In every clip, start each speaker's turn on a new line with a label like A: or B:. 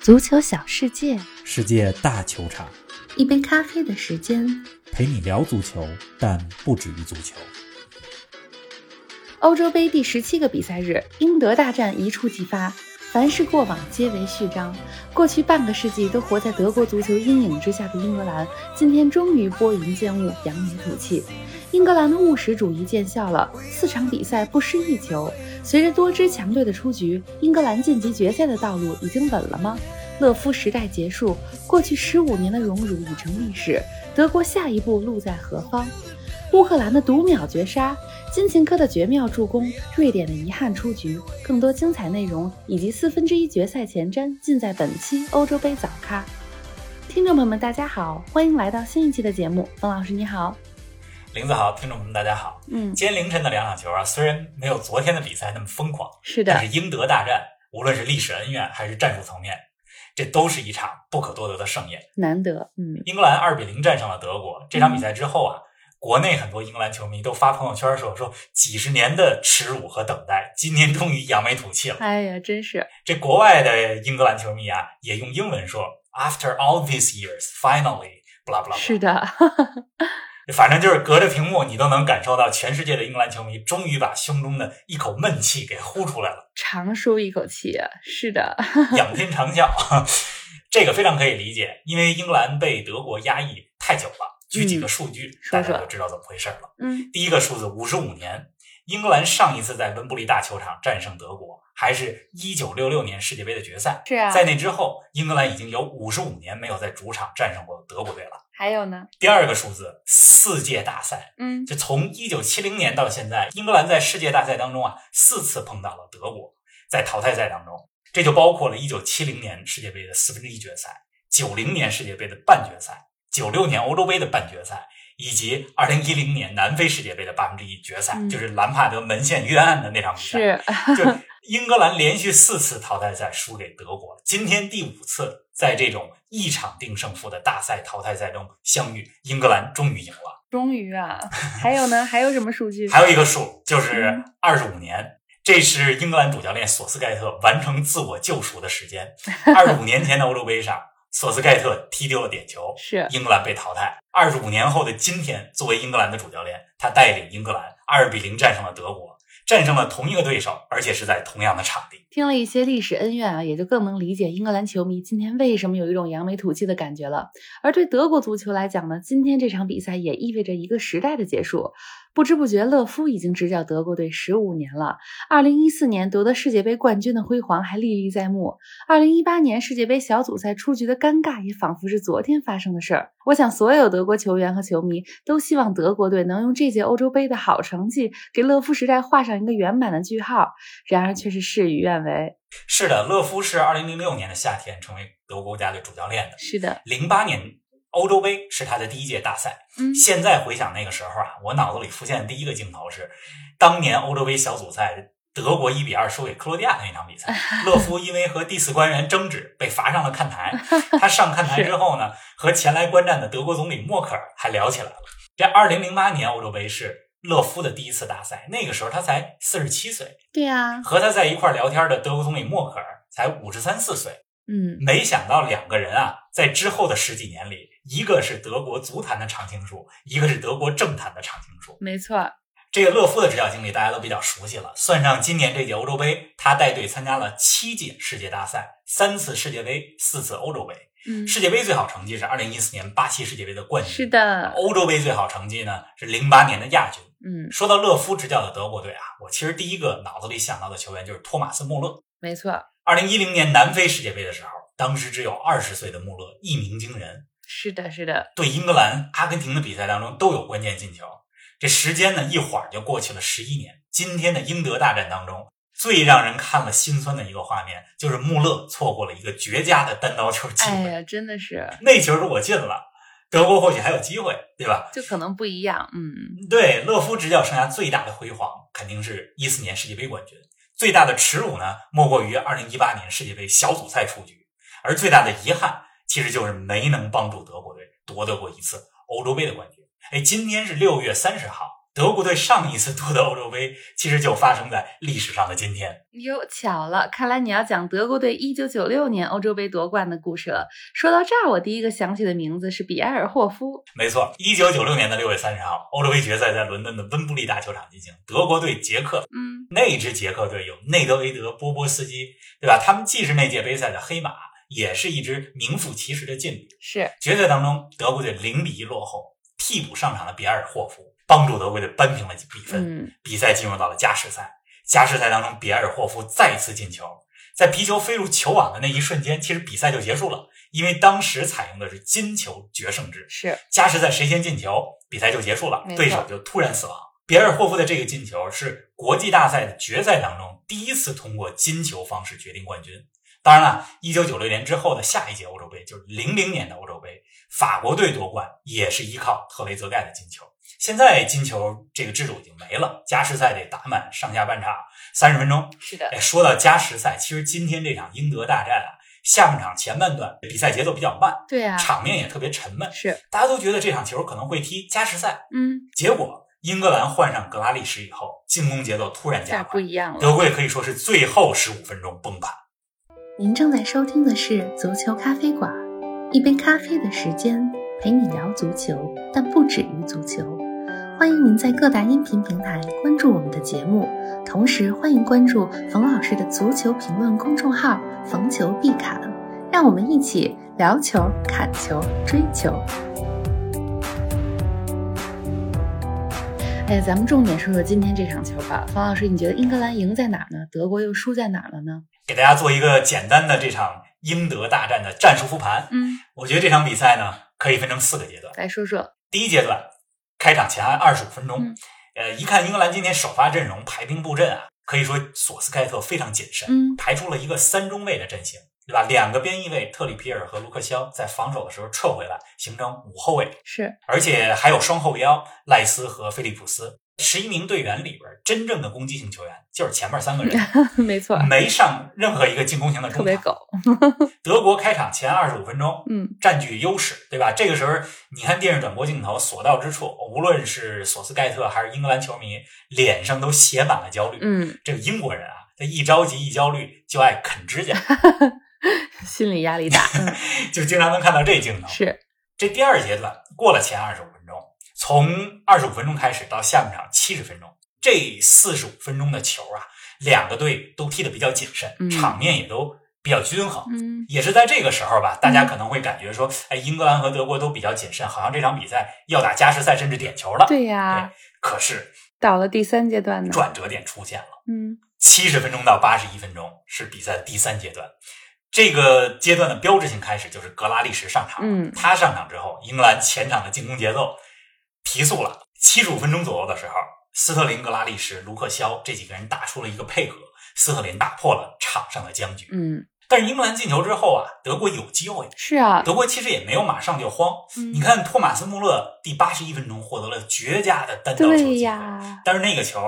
A: 足球小世界，
B: 世界大球场
A: 一杯咖啡的时间。
B: 陪你聊足球，但不止于足球。
A: 欧洲杯第十七个比赛日，英德大战一触即发，凡是过往皆为序章。过去半个世纪都活在德国足球阴影之下的英格兰，今天终于拨云见雾，扬眉吐气。英格兰的务实主义见效了，四场比赛不失一球。随着多支强队的出局，英格兰晋级决赛的道路已经稳了吗？勒夫时代结束，过去十五年的荣辱已成历史，德国下一步路在何方？乌克兰的独秒绝杀，金琴科的绝妙助攻，瑞典的遗憾出局。更多精彩内容以及四分之一决赛前瞻，尽在本期欧洲杯早咖。听众朋友们，大家好，欢迎来到新一期的节目。冯老师你好，
B: 林子豪，听众朋友们，大家好。
A: 嗯，
B: 今天凌晨的两场球啊，虽然没有昨天的比赛那么疯狂，
A: 是的
B: 但是，英德大战，无论是历史恩怨还是战术层面，这都是一场不可多得的盛宴。
A: 难得，嗯，
B: 英格兰二比零战胜了德国。这场比赛之后啊，国内很多英格兰球迷都发朋友圈说：“说几十年的耻辱和等待，今天终于扬眉吐气了。
A: 哎呀，真是，”
B: 这国外的英格兰球迷啊，也用英文说：“After all these years, finally。”不啦不啦，
A: 是的，
B: 反正就是隔着屏幕，你都能感受到全世界的英格兰球迷终于把胸中的一口闷气给呼出来了。
A: 长舒一口气，啊是的，
B: 仰天长啸， 这个非常可以理解，因为英格兰被德国压抑太久了。举几个数据，
A: 嗯说
B: 大
A: 说
B: 家就知道怎么回事了。
A: 嗯，
B: 第一个数字，五十五年，英格兰上一次在温布利大球场战胜德国，还是一九六六年世界杯的决赛。
A: 是啊。
B: 在那之后，英格兰已经有五十五年没有在主场战胜过德国队了。
A: 还有呢，
B: 第二个数字，四届大赛，
A: 嗯，
B: 就从一九七零年到现在，英格兰在世界大赛当中啊，四次碰到了德国，在淘汰赛当中，这就包括了一九七零年世界杯的四分之一决赛、九零年世界杯的半决赛、九六年欧洲杯的半决赛，以及二零一零年南非世界杯的八分之一决赛，
A: 嗯
B: 就是兰帕德门线冤案的那场比赛。
A: 是，
B: 就英格兰连续四次淘汰赛输给德国，今天第五次在这种一场定胜负的大赛淘汰赛中相遇，英格兰终于赢了。
A: 终于啊，还有呢，还有什么数据？
B: 还有一个数就是
A: 嗯
B: 二十五年，这是英格兰主教练索斯盖特完成自我救赎的时间。二十五年前的欧洲杯上，索斯盖特踢丢了点球，
A: 是
B: 英格兰被淘汰。二十五年后的今天，作为英格兰的主教练，他带领英格兰二比零战胜了德国，战胜了同一个对手，而且是在同样的场地。
A: 听了一些历史恩怨啊，也就更能理解英格兰球迷今天为什么有一种扬眉吐气的感觉了。而对德国足球来讲呢，今天这场比赛也意味着一个时代的结束。不知不觉，勒夫已经执教德国队十五年了。二零一四年夺得世界杯冠军的辉煌还历历在目，二零一八年世界杯小组赛出局的尴尬也仿佛是昨天发生的事儿。我想，所有德国球员和球迷都希望德国队能用这届欧洲杯的好成绩，给勒夫时代画上一个圆满的句号。然而，却是事与愿违。
B: 是的，勒夫是二零零六年的夏天成为德国国家队主教练的。
A: 是的，
B: 零八年欧洲杯是他的第一届大赛。
A: 嗯
B: 现在回想那个时候啊，我脑子里浮现的第一个镜头是当年欧洲杯小组赛德国一比二输给克罗地亚那场比赛，勒夫因为和第四官员争执被罚上了看台。他上看台之后呢，和前来观战的德国总理默克尔还聊起来了。这二零零八年欧洲杯是勒夫的第一次大赛，那个时候他才四十七岁，
A: 对啊呀、
B: 和他在一块儿聊天的德国总理默克尔才五十三四岁。
A: 嗯，
B: 没想到两个人啊，在之后的十几年里，一个是德国足坛的常青树，一个是德国政坛的常青树。
A: 没错，
B: 这个勒夫的执教经历大家都比较熟悉了，算上今年这届欧洲杯，他带队参加了七届世界大赛、三次世界杯、四次欧洲杯。
A: 嗯，
B: 世界杯最好成绩是二零一四年巴西世界杯的冠军，
A: 是。的，
B: 欧洲杯最好成绩呢是零八年的亚军。
A: 嗯，
B: 说到勒夫执教的德国队啊，我其实第一个脑子里想到的球员就是托马斯·穆勒。
A: 没错，
B: 二零一零年南非世界杯的时候，当时只有二十岁的穆勒一鸣惊人，
A: 是的，是的，
B: 对英格兰、阿根廷的比赛当中都有关键进球。这时间呢，一晃就过去了十一年。今天的英德大战当中，最让人看了心酸的一个画面，就是穆勒错过了一个绝佳的单刀球机
A: 哎
B: 会。
A: 呀，真的是，
B: 那球如果进了，德国或许还有机会，对吧？
A: 就可能不一样，嗯，
B: 对，勒夫执教生涯最大的辉煌肯定是一四年世界杯冠军，最大的耻辱呢，莫过于二零一八年世界杯小组赛出局，而最大的遗憾其实就是没能帮助德国队夺得过一次欧洲杯的冠军。哎，今天是六月三十号，德国队上一次夺得欧洲杯，其实就发生在历史上的今天。
A: 哟，巧了，看来你要讲德国队一九九六年欧洲杯夺冠的故事了。说到这儿，我第一个想起的名字是比埃尔霍夫。
B: 没错，一九九六年的六月三十号，欧洲杯决赛在伦敦的温布利大球场进行，德国对捷克。
A: 嗯，
B: 那支捷克队有内德维德、波波斯基，对吧？他们既是那届杯赛的黑马，也是一支名副其实的劲旅。
A: 是
B: 决赛当中，德国队零比一落后，替补上场的比埃尔霍夫帮助德国队扳平了比分，
A: 嗯，
B: 比赛进入到了加时赛。加时赛当中，比埃尔霍夫再次进球，在皮球飞入球网的那一瞬间，其实比赛就结束了，因为当时采用的是金球决胜制，
A: 是
B: 加时赛谁先进球，比赛就结束了
A: 没，错
B: 对手就突然死亡。比尔霍夫的这个进球是国际大赛的决赛当中第一次通过金球方式决定冠军。当然了，一九九六年之后的下一届欧洲杯，就是零零年的欧洲杯，法国队夺冠也是依靠特雷泽盖的进球。现在金球这个制度已经没了，加时赛得打满上下半场三十分钟，
A: 是的，
B: 哎，说到加时赛，其实今天这场英德大战啊，下半场前半段比赛节奏比较慢，
A: 对啊，
B: 场面也特别沉闷，
A: 是
B: 大家都觉得这场球可能会踢加时赛，
A: 嗯，
B: 结果英格兰换上格拉利什以后，进攻节奏突然
A: 这儿
B: 加
A: 不
B: 快，
A: 一样了。
B: 德国也可以说是最后十五分钟崩盘。
A: 您正在收听的是《足球咖啡馆》，一杯咖啡的时间陪你聊足球，但不止于足球。欢迎您在各大音频平台关注我们的节目，同时欢迎关注冯老师的足球评论公众号“冯球必侃”，让我们一起聊球、砍球、追球。哎，咱们重点说说今天这场球吧。冯老师，你觉得英格兰赢在哪儿呢？德国又输在哪儿了呢？
B: 给大家做一个简单的这场英德大战的战术复盘。
A: 嗯，
B: 我觉得这场比赛呢，可以分成四个阶段。
A: 来说说。
B: 第一阶段，开场前二十五分钟，
A: 嗯
B: 呃，一看英格兰今天首发阵容排兵布阵啊，可以说索斯盖特非常谨慎，
A: 嗯
B: 排出了一个三中卫的阵型，对吧？两个边翼位特里皮尔和卢克肖在防守的时候撤回来，形成五后卫，
A: 是，
B: 而且还有双后腰赖斯和菲利普斯。十一名队员里边，真正的攻击型球员就是前 面三个人，
A: 没错，
B: 没上任何一个进攻型的
A: 特
B: 中
A: 别
B: 场。
A: 狗。
B: 德国开场前二十五分钟，
A: 嗯，
B: 占据优势，对吧？这个时候，你看电视转播镜头所到之处，无论是索斯盖特还是英格兰球迷，脸上都写满了焦虑。
A: 嗯，
B: 这个英国人啊，他一着急一焦虑就爱啃指甲，
A: 心理压力大。嗯，
B: 就经常能看到这镜头。
A: 是，
B: 这第二阶段过了前二十五分钟，从二十五分钟开始到下半场七十分钟，这四十五分钟的球啊，两个队都踢得比较谨慎，
A: 嗯
B: 场面也都比较均衡。
A: 嗯，
B: 也是在这个时候吧，大家可能会感觉说，哎，英格兰和德国都比较谨慎，好像这场比赛要打加时赛甚至点球了。
A: 对呀、
B: 可是
A: 到了第三阶段呢。
B: 转折点出现了，
A: 嗯，
B: 七十分钟到八十一分钟是比赛的第三阶段。这个阶段的标志性开始就是格拉利什上场，
A: 嗯
B: 他上场之后，英格兰前场的进攻节奏提速了。七十五分钟左右的时候，斯特林、格拉利什、卢克肖这几个人打出了一个配合，斯特林打破了场上的僵局。
A: 嗯，
B: 但是英格兰进球之后啊，德国有机会，
A: 是啊。
B: 德国其实也没有马上就慌。
A: 嗯
B: 你，看，托马斯·穆勒第八十一分钟获得了绝佳的单刀球
A: 对
B: 机会，
A: 呀，
B: 但是那个球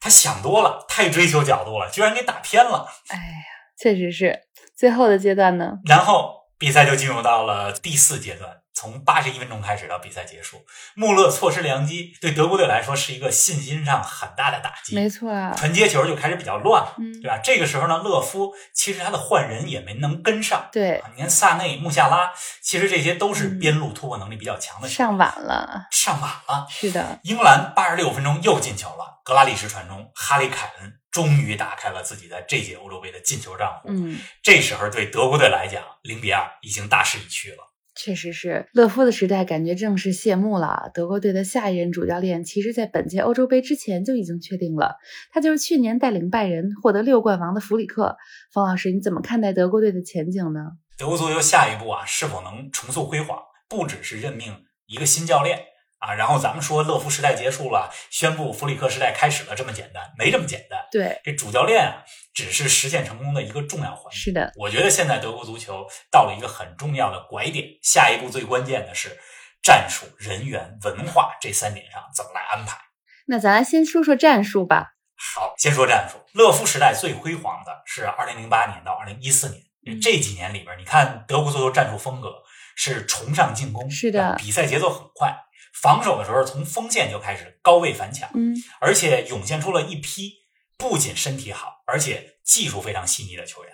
B: 他想多了，太追求角度了，居然给打偏了。
A: 哎呀，确实是。最后的阶段呢，
B: 然后比赛就进入到了第四阶段，从八十一分钟开始到比赛结束，穆勒错失良机，对德国队来说是一个信心上很大的打
A: 没
B: 击。
A: 错啊。
B: 传接球就开始比较乱了，
A: 嗯
B: 对，吧？这个时候呢，勒夫其实他的换人也没能跟上。啊
A: 对，嗯
B: 你看萨内、穆夏拉，其实这些都是边路突破能力比较强的球员，
A: 上晚了。
B: 上晚了。
A: 是的，
B: 英格兰八十六分钟又进球了，格拉利什传中，哈里凯恩终于打开了自己在这届欧洲杯的进球账户。
A: 嗯，
B: 这时候对德国队来讲，零比二已经大势已去了。
A: 确实是。勒夫的时代感觉正式谢幕了。德国队的下一任主教练，其实在本届欧洲杯之前就已经确定了，他就是去年带领拜仁获得六冠王的弗里克。方老师，你怎么看待德国队的前景呢？
B: 德国足球下一步啊，是否能重塑辉煌，不只是任命一个新教练啊，然后咱们说勒夫时代结束了，宣布弗里克时代开始了这么简单，没这么简单。
A: 对，
B: 这主教练啊，只是实现成功的一个重要环节。
A: 是的，
B: 我觉得现在德国足球到了一个很重要的拐点，下一步最关键的是战术、人员、文化这三点上怎么来安排。
A: 那咱来先说说战术吧。
B: 好，先说战术。勒夫时代最辉煌的是2008年到2014
A: 嗯
B: 年这几年里边，你看德国足球战术风格是崇尚进攻，
A: 是的
B: 比赛节奏很快，防守的时候从锋线就开始高位反抢，
A: 嗯
B: 而且涌现出了一批不仅身体好，而且技术非常细腻的球员。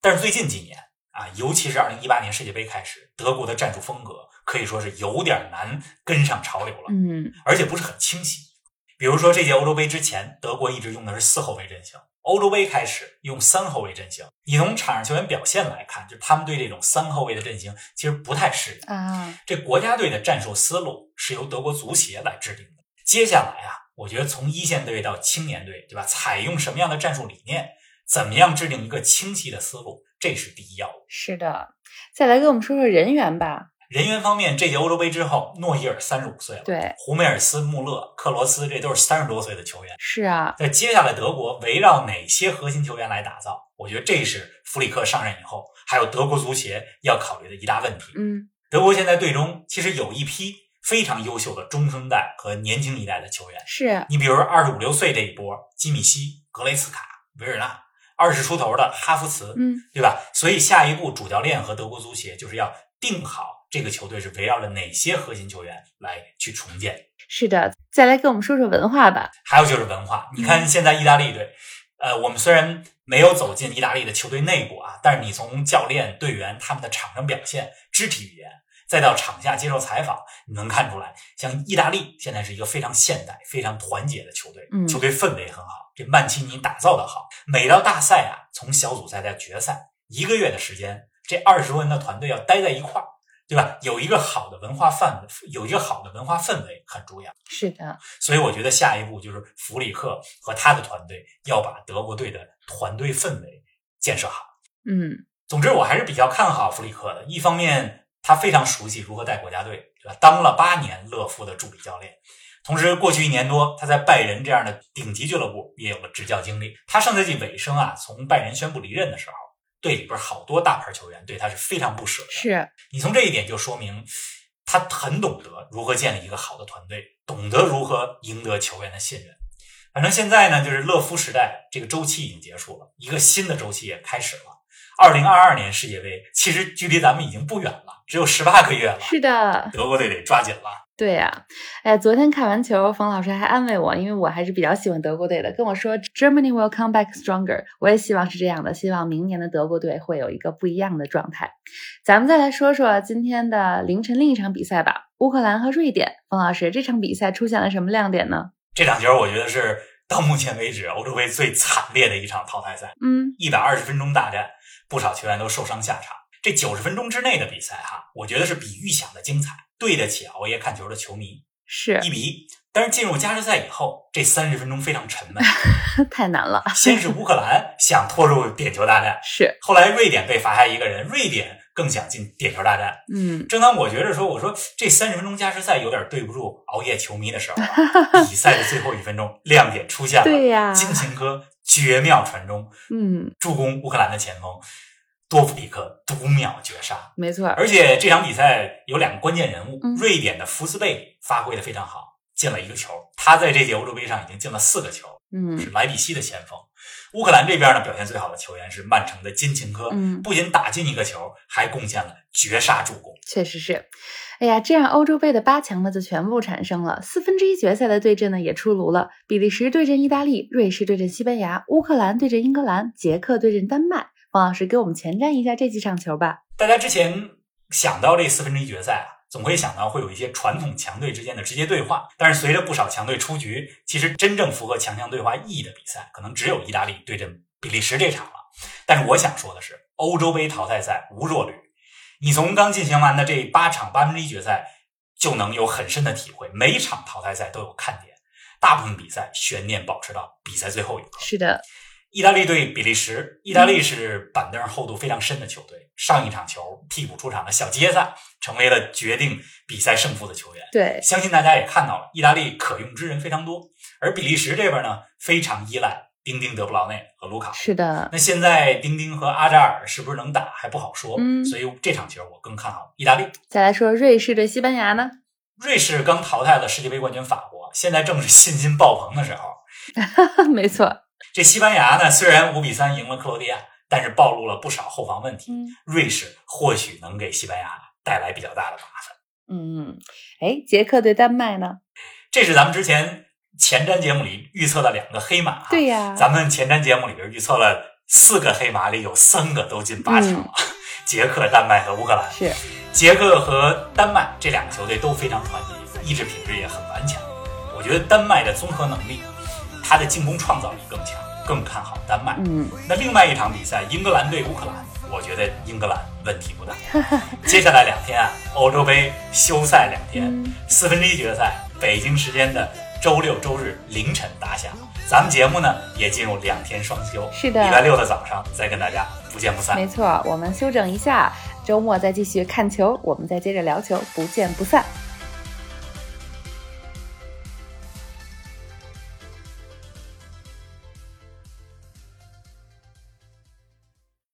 B: 但是最近几年啊，尤其是2018年世界杯开始，德国的战术风格可以说是有点难跟上潮流了，
A: 嗯
B: 而且不是很清晰。比如说这届欧洲杯之前，德国一直用的是四后卫阵型，欧洲杯开始用三后卫阵型。你从场上球员表现来看，就他们对这种三后卫的阵型其实不太适应。
A: 啊，
B: 这国家队的战术思路是由德国足协来制定的。接下来啊，我觉得从一线队到青年队，对吧？采用什么样的战术理念，怎么样制定一个清晰的思路，这是第一要务。
A: 是的。再来跟我们说说人员吧。
B: 人员方面，这届欧洲杯之后，诺伊尔三十五岁了，
A: 对，
B: 胡梅尔斯、穆勒、克罗斯，这都是三十多岁的球员。
A: 是啊，
B: 在接下来德国围绕哪些核心球员来打造，我觉得这是弗里克上任以后，还有德国足协要考虑的一大问题。
A: 嗯
B: 德国现在队中其实有一批非常优秀的中生代和年轻一代的球员。
A: 是，啊
B: 你比如二十五六岁这一波，基米希、格雷茨卡、维尔纳；二十出头的哈弗茨，
A: 嗯
B: 对吧？所以下一步主教练和德国足协就是要定好这个球队是围绕着哪些核心球员来去重建。
A: 是的。再来跟我们说说文化吧。
B: 还有就是文化，你看现在意大利队，呃，我们虽然没有走进意大利的球队内部啊，但是你从教练、队员他们的场上表现、肢体语言，再到场下接受采访，你能看出来，像意大利现在是一个非常现代、非常团结的球队，
A: 嗯
B: 球队氛围很好，这曼奇尼打造的好。每到大赛啊，从小组赛到决赛，一个月的时间，这二十人的团队要待在一块儿，对吧？有一个好的文化范，有一个好的文化氛围很重要。
A: 是的，
B: 所以我觉得下一步就是弗里克和他的团队要把德国队的团队氛围建设好。
A: 嗯
B: 总之，我还是比较看好弗里克的。一方面，他非常熟悉如何带国家队，对吧？当了八年勒夫的助理教练，同时过去一年多，他在拜仁这样的顶级俱乐部也有了执教经历。他上赛季尾声啊，从拜仁宣布离任的时候，队里边好多大牌球员对他是非常不舍的。
A: 是，
B: 你从这一点就说明，他很懂得如何建立一个好的团队，懂得如何赢得球员的信任。反正现在呢，就是勒夫时代这个周期已经结束了，一个新的周期也开始了。二零二二年世界杯其实距离咱们已经不远了，只有十八个月了。
A: 是的。
B: 德国队得抓紧了。
A: 对呀、哎，昨天看完球，冯老师还安慰我，因为我还是比较喜欢德国队的，跟我说 Germany will come back stronger。我也希望是这样的，希望明年的德国队会有一个不一样的状态。咱们再来说说今天的凌晨另一场比赛吧，乌克兰和瑞典。冯老师，这场比赛出现了什么亮点呢？
B: 这场球我觉得是到目前为止欧洲杯最惨烈的一场淘汰赛。
A: 嗯，
B: 一百二十分钟大战，不少球员都受伤下场。这九十分钟之内的比赛哈，我觉得是比预想的精彩，对得起熬夜看球的球迷，
A: 是
B: 一比一。但是进入加时赛以后，这三十分钟非常沉 闷。
A: 太难了，
B: 先是乌克兰想拖入点球大战，
A: 是，
B: 后来瑞典被罚下一个人，瑞典更想进点球大战。
A: 嗯，
B: 正当我觉着说，我说这三十分钟加时赛有点对不住熬夜球迷的时候 啊，比赛的最后一分钟亮点出现了，
A: 对呀、
B: 金琴科绝妙传中，
A: 嗯，
B: 助攻乌克兰的前锋多夫里克独秒绝杀。
A: 没错，
B: 而且这场比赛有两个关键人物
A: 嗯，
B: 瑞典的福斯贝里发挥的非常好，进了一个球。他在这届欧洲杯上已经进了四个球，
A: 嗯
B: 是莱比锡的前锋。乌克兰这边呢，表现最好的球员是曼城的金琴科，
A: 嗯，
B: 不仅打进一个球，还贡献了绝杀助攻。
A: 确实是。哎呀，这样欧洲杯的八强呢就全部产生了，四分之一决赛的对阵呢也出炉了，比利时对阵意大利，瑞士对阵西班牙，乌克兰对阵英格兰，捷克对阵丹麦。王老师给我们前瞻一下这几场球吧。
B: 大家之前想到这四分之一决赛啊，总会想到会有一些传统强队之间的直接对话。但是随着不少强队出局，其实真正符合强强对话意义的比赛，可能只有意大利对阵比利时这场了。但是我想说的是，欧洲杯淘汰赛无弱旅，你从刚进行完的这八场八分之一决赛就能有很深的体会，每场淘汰赛都有看点，大部分比赛悬念保持到比赛最后一刻。
A: 是的，
B: 意大利对比利时，意大利是板凳厚度非常深的球队。上一场球替补出场的小杰萨成为了决定比赛胜负的球员。
A: 对，
B: 相信大家也看到了，意大利可用之人非常多，而比利时这边呢，非常依赖丁丁、德布劳内和卢卡。
A: 是的，
B: 那现在丁丁和阿扎尔是不是能打还不好说，
A: 嗯
B: 所以这场球我更看好意大利。
A: 再来说瑞士对西班牙呢？
B: 瑞士刚淘汰了世界杯冠军法国，现在正是信心爆棚的时候。
A: 没错，
B: 这西班牙呢，虽然五比三赢了克罗地亚，但是暴露了不少后防问题。
A: 嗯，
B: 瑞士或许能给西班牙带来比较大的麻烦。
A: 嗯，哎，捷克对丹麦呢？
B: 这是咱们之前前瞻节目里预测的两个黑马、啊。
A: 对呀、
B: 咱们前瞻节目里边预测了四个黑马里有三个都进八
A: 嗯
B: 强了，捷克、丹麦和乌克兰。
A: 是，
B: 捷克和丹麦这两个球队都非常团结，意志品质也很顽强。我觉得丹麦的综合能力，他的进攻创造力更强，更看好丹麦。
A: 嗯，
B: 那另外一场比赛，英格兰对乌克兰，我觉得英格兰问题不大。 接下来两天啊，欧洲杯休赛两天，
A: 嗯
B: 四分之一决赛，北京时间的周六周日凌晨打响。咱们节目呢也进入两天双休，
A: 是的
B: 礼拜六的早上再跟大家不见不散。
A: 没错，我们休整一下，周末再继续看球，我们再接着聊球，不见不散。